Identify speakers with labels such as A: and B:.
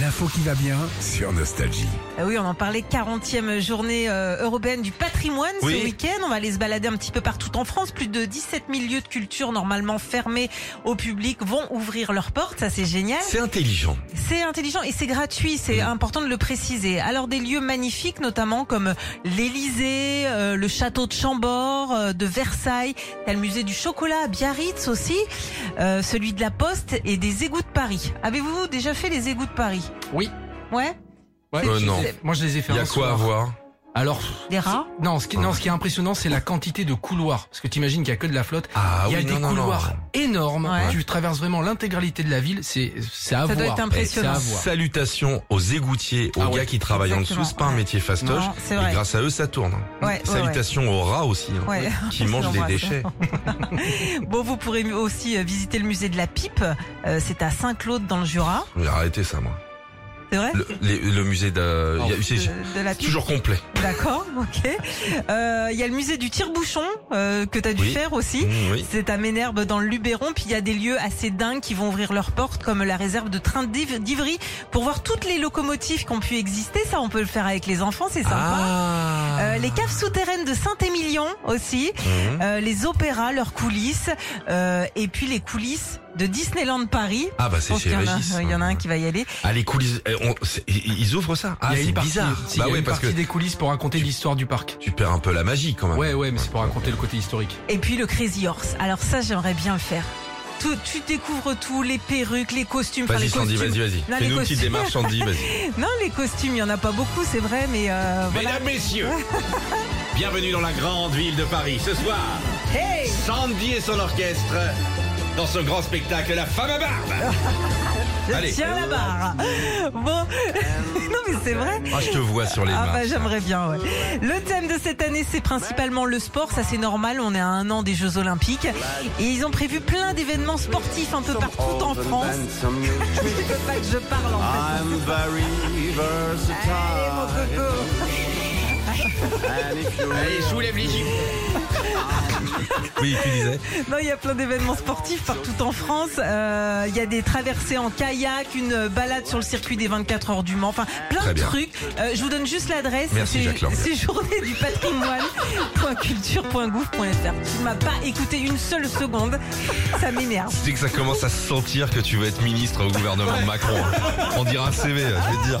A: L'info qui va bien sur Nostalgie.
B: Ah oui, on en parlait, 40e journée euh, européenne du patrimoine
C: Oui.
B: ce week-end. On va aller se balader un petit peu partout en France. Plus de 17 000 lieux de culture normalement fermés au public vont ouvrir leurs portes. Ça, c'est génial.
C: C'est intelligent.
B: C'est intelligent et c'est gratuit. C'est important de le préciser. Alors, des lieux magnifiques, notamment comme l'Élysée, euh, le château de Chambord, euh, de Versailles. T'as le musée du chocolat à Biarritz aussi, euh, celui de la Poste et des égouts de Paris. Avez-vous déjà fait les égouts de Paris
D: Oui.
B: Ouais
D: Ouais.
C: Euh, non.
D: Moi, je les ai fait.
C: Il y a
D: un
C: quoi
D: soir.
C: à voir
D: Alors,
B: Des rats
D: non ce, qui, non, ce qui est impressionnant, c'est la quantité de couloirs. Parce que t'imagines qu'il y a que de la flotte.
C: Ah
D: Il y a
C: oui,
D: des
C: non, non, non.
D: couloirs énormes.
B: Ouais.
D: Tu traverses vraiment l'intégralité de la ville. C'est, c'est à
B: Ça
D: voir.
B: doit être impressionnant.
D: C'est à voir.
C: Salutations aux égoutiers, aux
D: Ah
C: gars
D: ouais.
C: qui travaillent en
B: Exactement,
C: dessous, c'est pas un
B: ouais.
C: métier fastoche.
B: Non, c'est
C: Et
B: vrai.
C: grâce à eux, ça tourne.
B: Ouais, ouais,
C: Salutations aux rats aussi, hein,
B: Ouais.
C: qui mangent des
B: l'embrasse.
C: déchets.
B: Bon, vous pourrez aussi euh, visiter le musée de la pipe. Euh, c'est à Saint-Claude dans le Jura.
C: Mais Arrêtez ça, moi.
B: C'est vrai
C: Le, les- le musée de, il y a-
B: Oh,
C: c'est-
B: de, de la
C: c'est
B: pipe.
C: toujours complet.
B: D'accord, ok. Euh, Il y a le musée du tire-bouchon euh, que tu as dû
C: Oui.
B: faire aussi.
C: Mmh, oui.
B: C'est à Ménherbe dans le Luberon, puis il y a des lieux assez dingues qui vont ouvrir leurs portes, comme la réserve de train d'Iv- d'Ivry, pour voir toutes les locomotives qui ont pu exister. Ça, on peut le faire avec les enfants, c'est sympa.
C: Ah.
B: Euh, les caves souterraines de Saint-Émilion aussi.
C: Mmh.
B: Euh, les opéras, leurs coulisses, euh, et puis les coulisses de Disneyland Paris.
C: Ah bah
B: Je
C: c'est
B: pense qu'il y
C: chez
B: en a-
C: Régis.
B: Oh, Il y en a un qui va y aller.
C: Ah les coulisses, eh, on- c'est- ils ils ouvrent ça. Ah
D: Il y a
C: c'est
D: une partie-
C: bizarre.
D: si,
C: bah
D: il y a
C: ouais
D: une
C: parce que
D: partie des coulisses pour raconter l'histoire du parc.
C: tu perds un peu la magie quand même.
D: Ouais, ouais, mais c'est pour raconter le côté historique.
B: Et puis le Crazy Horse. Alors ça, j'aimerais bien le faire. Tout, tu découvres tout, les perruques, les costumes, enfin les
C: Vas-y Sandy,
B: costumes.
C: vas-y, vas-y.
B: les
C: Fais-nous une petite
B: costumes.
C: démarche Sandy, vas-y.
B: Non, les costumes, il n'y en a pas beaucoup, c'est vrai, mais euh, voilà.
E: Mesdames, messieurs, bienvenue dans la grande ville de Paris. Ce soir,
B: Hey
E: Sandy et son orchestre dans ce grand spectacle La femme à barbe.
B: Je
E: Allez.
B: tiens la barre. Bon, non mais c'est vrai.
C: Ah, je te vois sur les
B: Ah bah
C: marches. hein.
B: j'aimerais bien. ouais. Le thème de cette année c'est principalement le sport, ça c'est normal, on est à un an des Jeux Olympiques et ils ont prévu plein d'événements sportifs un peu partout en France. Je peux pas que je parle en fait.
F: I'm very
B: Allez, mon
F: versatile.
B: coco.
F: And if you
E: Allez, je vous lève les gifles.
C: Oui, tu disais.
B: Non, il y a plein d'événements sportifs partout en France. Euh, Il y a des traversées en kayak, une balade sur le circuit des 24 heures du Mans, enfin plein
C: Très
B: de
C: bien.
B: trucs. Euh, je vous donne juste l'adresse.
C: Merci,
B: C'est-
C: Jacques Lang.
B: C'est journée du patrimoine.culture.gouv.fr. Tu m'as pas écouté une seule seconde. Ça m'énerve.
C: Dès que ça commence à se sentir que tu vas être ministre au gouvernement de Macron, hein. on dira un CV, je vais te dire.